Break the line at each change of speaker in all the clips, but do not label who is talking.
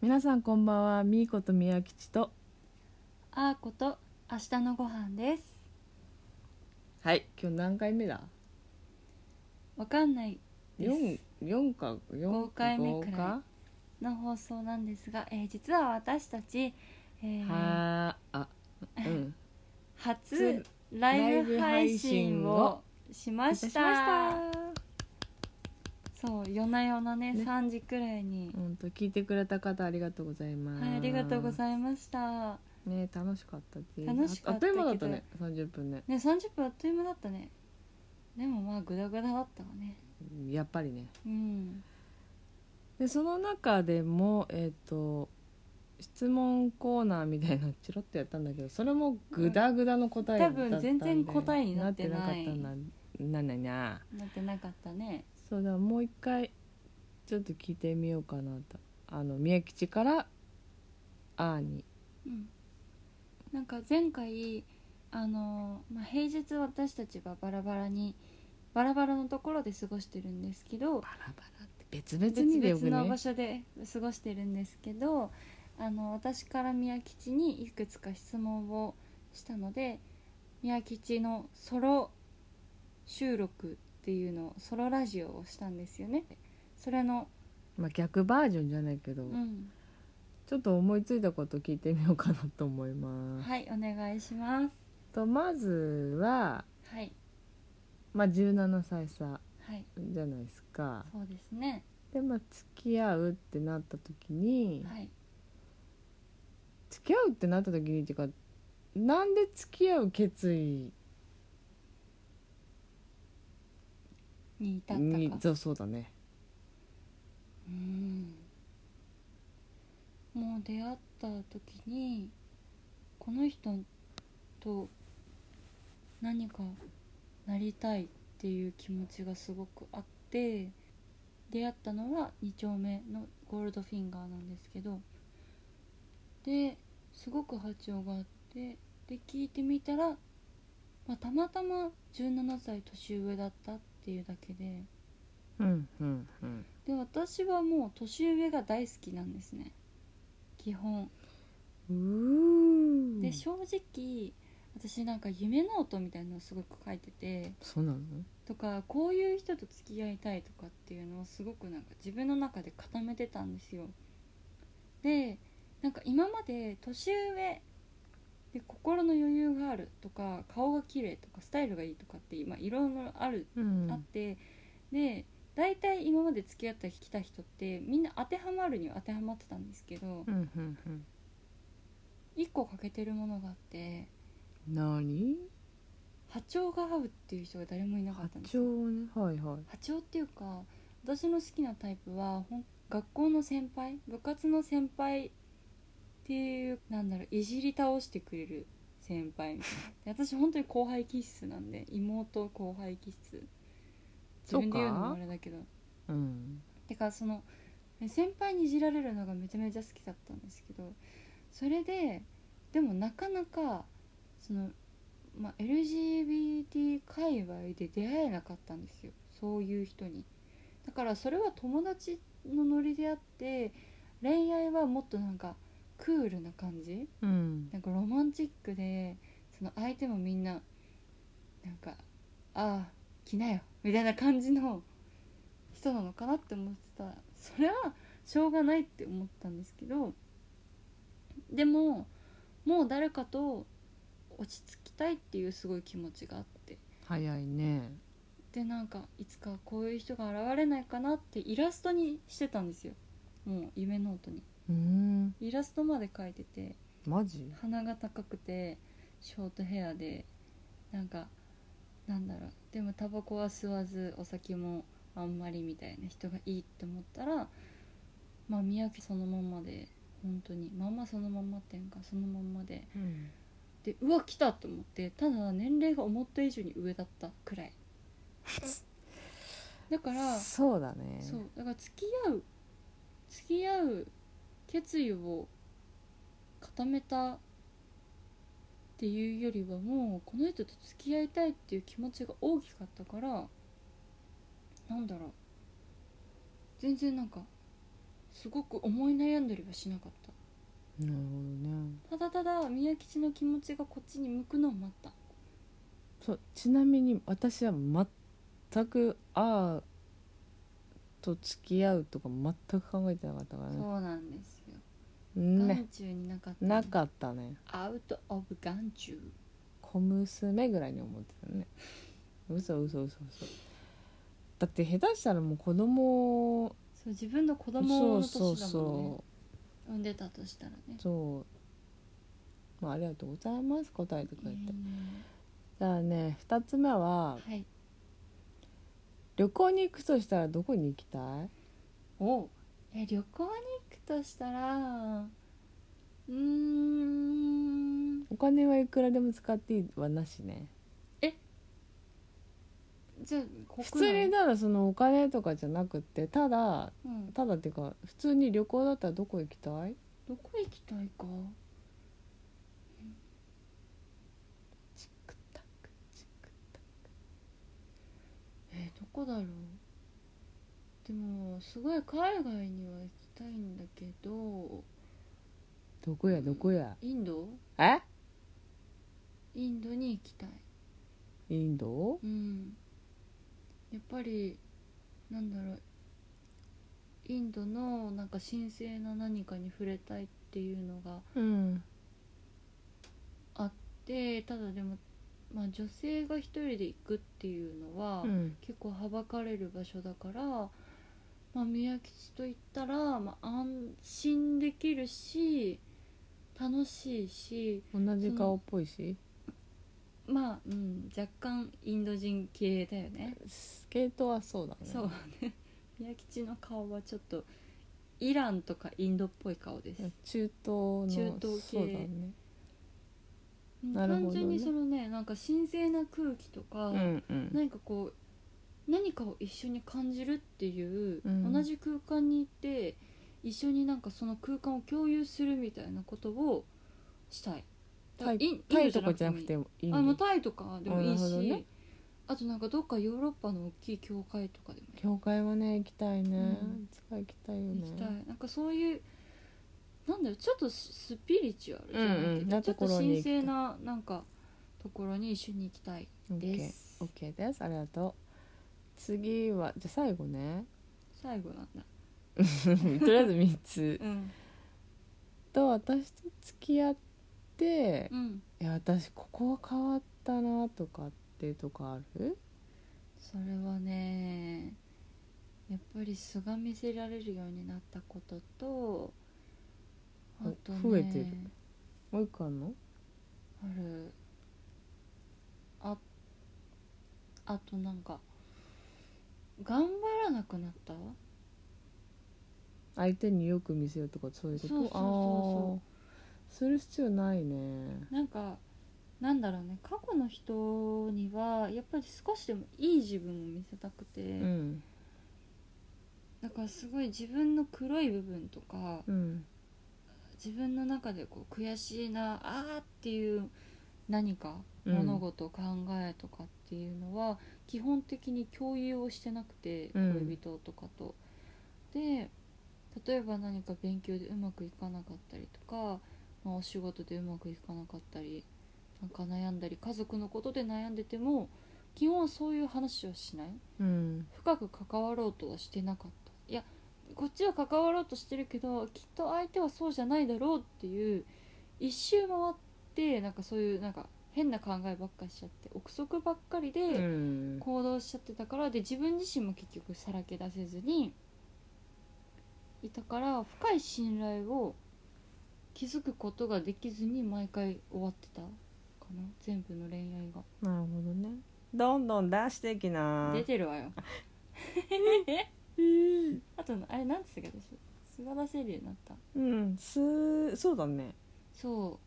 皆さんこんばんはみーことみやきちと
あーこと明日のご飯です
はい今日何回目だ
わかんない
四四か四
五回目くらい
五か
の放送なんですが、えー実は私たち、えー
はーあ うん
初ライブ配信をしました
いたしまし
そう夜な夜なね
ね
3時くらいに、
た本当聞いてくれた方ありがとうございます
はいありがとうご
い
ざいました
ますね楽しかったです
楽し
あ
かった
あっという間だっ
けど
たね三十分ね
ね30分あっという間だったねでもまあグダグダだったわね
やっぱりね
うん
でその中でもえっ、と質問コーナーみたいなの チロッとやったんだけどそれもグダグダの答えだったんで、
多分全然答えになってない
なってなかったななんだな
なってなかったね
そうだもう一回ちょっと聞いてみようかなとあの宮吉からあーに
うんなんか前回あの、まあ、平日私たちはバラバラにバラバラのところで過ごしてるんですけど
バラバラって別々
別
にでよく
々の
ね
場所で過ごしてるんですけどあの私から宮吉にいくつか質問をしたので宮吉のソロ収録っていうのをソロラジオをしたんですよねそれの、
まあ、逆バージョンじゃないけど、
うん、
ちょっと思いついたこと聞いてみようかなと思います、
はいお願いします
とまずは、
はい
まあ、17歳差
はい
じゃないですか
そうですね
でまあ付き合うってなった時に、
はい
付き合うってなった時にっていうかなんで付き合う決意
に至った
に
か
そうそうだね
うんもう出会った時にこの人と何かなりたいっていう気持ちがすごくあって出会ったのは2丁目のゴールドフィンガーなんですけどですごく波長があってで聞いてみたら、まあ、たまたま17歳年上だったっていうだけで。
うんうんうん
で私はもう年上が大好きなんですね基本
うー
で正直私なんか夢ノートみたいなのをすごく書いてて
そうなの
とかこういう人と付き合いたいとかっていうのをすごくなんか自分の中で固めてたんですよでなんか今まで年上で心の余裕があるとか顔が綺麗とかスタイルがいいとかって今いろいろある
うん
あって、で大体今まで付き合ってきた人ってみんな当てはまるには当てはまってたんですけど
うんうんうん
一個欠けてるものがあって
何
波長が合うっていう人が誰もいなか
波
ったんですよ
長ねはいはい
波長っていうか私の好きなタイプはほん学校の先輩部活の先輩っていうなんだろういじり倒してくれる先輩みたいなで私本当に後輩気質なんで妹後輩気質自分で言うのもあれだけど
うん
てかその先輩にいじられるのがめちゃめちゃ好きだったんですけどそれででもなかなかその、まあ、LGBT 界隈で出会えなかったんですよそういう人にだからそれは友達のノリであって恋愛はもっとなんかクールな感じ
うん
なんかロマンチックでその相手もみんななんか「ああ来なよ」みたいな感じの人なのかなって思ってたそれはしょうがないって思ったんですけどでももう誰かと落ち着きたいっていうすごい気持ちがあって
早いね
でなんかいつかこういう人が現れないかなってイラストにしてたんですよもう夢ノートに
うん
イラストまで描いてて
マジ
鼻が高くてショートヘアでなんかなんだろうでもタバコは吸わずお酒もあんまりみたいな人がいいって思ったらまあ三宅そのまんまで本当にまんまそのまんまっていうかそのまんまで
うん
でうわ来たと思ってただ年齢が思った以上に上だったくらいだから
そうだね
そうだから付き合う付き合う決意を固めたっていうよりはもうこの人と付き合いたいっていう気持ちが大きかったからなんだろう全然なんかすごく思い悩んだりはしなかった
なるほどね
ただただ宮吉の気持ちがこっちに向くのを待った
そうちなみに私は全くああと付き合うとか全く考えてなかったからね
そうなんですよ眼
ね
中になかった、
なかったね
アウト・オブ眼中
小娘ぐらいに思ってたね嘘嘘嘘嘘だって下手したらもう子供
そう自分の子供の年だもんね産んでたとしたらね
うそう、まあ、ありがとうございます答えてくれて、
いやいやい
じゃあね2つ目は
やはい
旅行に行くとしたらどこに行きたい
おえ旅行に行くとしたらうーん
お金はいくらでも使っていいはなしね
じゃあ国内
普通にならそのお金とかじゃなくってただ
うん、
ただっていうか普通に旅行だったらどこ行きたい
どこ行きたいか
チクタクチクタ
えーどこだろうでもすごい海外には行きたいんだけど
クどこやどこや
インド
え
インドに行きたい
インド
うんやっぱりなんだろうインドのなんか神聖な何かに触れたいっていうのが
うん
あってただでも、まあ、女性が一人で行くっていうのは、
うん
結構はばかれる場所だから、まあ、宮吉と行ったら、まあ、安心できるし楽しいし
同じ顔っぽいし
まあ、うん、若干インド人系だよね。
スケートはそうだね
そうね 宮吉の顔はちょっとイランとかインドっぽい顔です
中東の
中東系
そうだねなるほどね
単純にそのねなんか神聖な空気とか、
うんうん
何かこう何かを一緒に感じるっていう、
うん
同じ空間にいて一緒になんかその空間を共有するみたいなことをしたいだ
タ
から
イ
イン
タ
イン
イ
ド
とかじゃな
もい
く
い
てもいい
あもうタイとかでもいい
なる
し
ほどね
あとなんかどっかヨーロッパの大きい教会とかでもいい
教会はね行きたいね
うん
いつか行きたいよ
行きたい
ね
なんかそういうなんだろうちょっとススピリチュアルじゃないけど、
うんうんな
ち
と
ょっ
ことろに行きた
神
い
聖ななんかところに一緒に行きたいで
OK
す、
OK ですありがとう次はじゃあ最後ね
最後なんだ
とりあえず3つ
うん
と私と付き合って
うん
いや私ここは変わったなとかっていうとかある
それはねやっぱり素が見せられるようになったこととあと、ね、
増えてるもう一個あんの
あるああとなんか頑張らなくなった
相手によく見せるとかそういうこと
そうそうそうそ
あーする必要ないね
なんかなんだろうね過去の人にはやっぱり少しでもいい自分を見せたくて、
うん
だからすごい自分の黒い部分とか
うん
自分の中でこう悔しいなあーっていう何か物事考えとかっていうのは、基本的に共有をしてなくて
うん
恋人とかと。で例えば何か勉強でうまくいかなかったりとか、まあ、お仕事でうまくいかなかったりなんか悩んだり家族のことで悩んでても基本そういう話はしない
うん
深く関わろうとはしてなかったいやこっちは関わろうとしてるけどきっと相手はそうじゃないだろうっていう一周回ってなんかそういうなんか変な考えばっかりしちゃって憶測ばっかり
う
で
ん
行動しちゃってたからで自分自身も結局さらけ出せずにいたから深い信頼を築くことができずに毎回終わってたかな全部の恋愛が。
なるほどねどんどん出していきな
出てるわ よあとあれなんつったっけ私素が出せるようになった
うんすそうだね
そ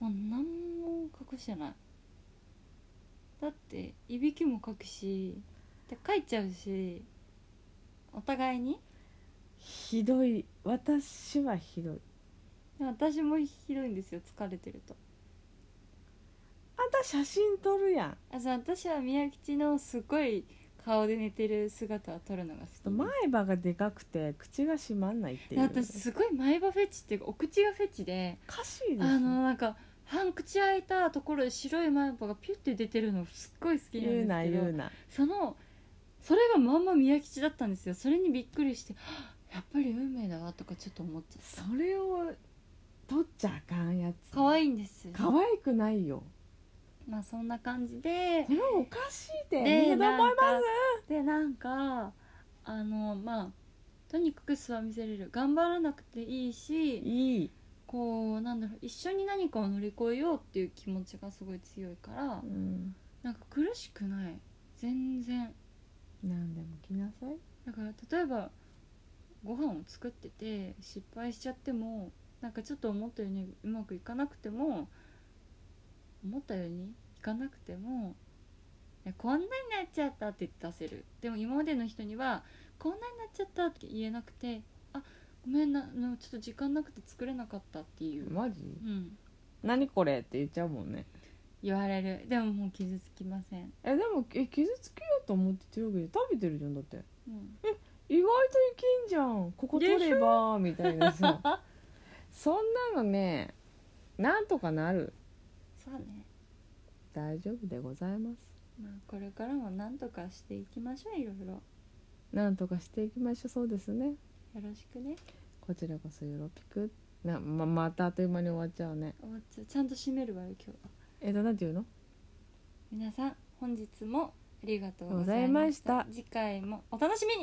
うもう何も隠してないだっていびきもかくしで書いちゃうしお互いに
ひどい私はひどい
私もひどいんですよ疲れてると
あんた写真撮るやん
あそう私は宮吉のすごい顔で寝てる姿を撮るのが好き
前歯がでかくて口が閉まんないっていう
で私すごい前歯フェチっていうかお口がフェチで
おかしいです
あのなんか半口開いたところで白い前歯がピュッて出てるのすっごい好きなん
言うな
ですけ
言う
ど
な
そのそれがまんま宮吉だったんですよそれにびっくりしてはっやっぱり運命だわとかちょっと思っちゃっ
それを取っちゃあかんやつ
た可
い
愛いんですよ
可愛くないよ
まあそんな感じで
これはおかしいって
で
みんなどう思
なん
いま
かでなんかあのまあとにかく素は見せれる頑張らなくていい
す
し
いい、
こうなんだろう一緒に何かを乗り越えようっていう気持ちがすごい強いから
うん、
なんか苦しくない全然
何でも来なさい
だから例えばご飯を作ってて失敗しちゃってもなんかちょっと思ったようにうまくいかなくても思ったようにいかなくてもいやこんなになっちゃったって出せるでも今までの人にはこんなになっちゃったって言えなくてあごめんなあのちょっと時間なくて作れなかったっていう、
マジ
うん、
何これって言っちゃうもんね
言われるでももう傷つきません、
えでもえ傷つけようと思って手を挙げて食べてるじゃんだって
うん、
意外といけんじゃんここ取ればみたいなさそんなのねなんとかなる
そうね
大丈夫でございます
まあこれからもなんとかしていきましょういろいろよ
なんとかしていきましょうそうですね
ろしくね
こちらこそよろぴくなままたあっという間に終わっちゃうね
終わっちゃうちゃんと締めるわよ今日
えっとなんて言うの
皆さん本日もありがとうございました次回もお楽しみに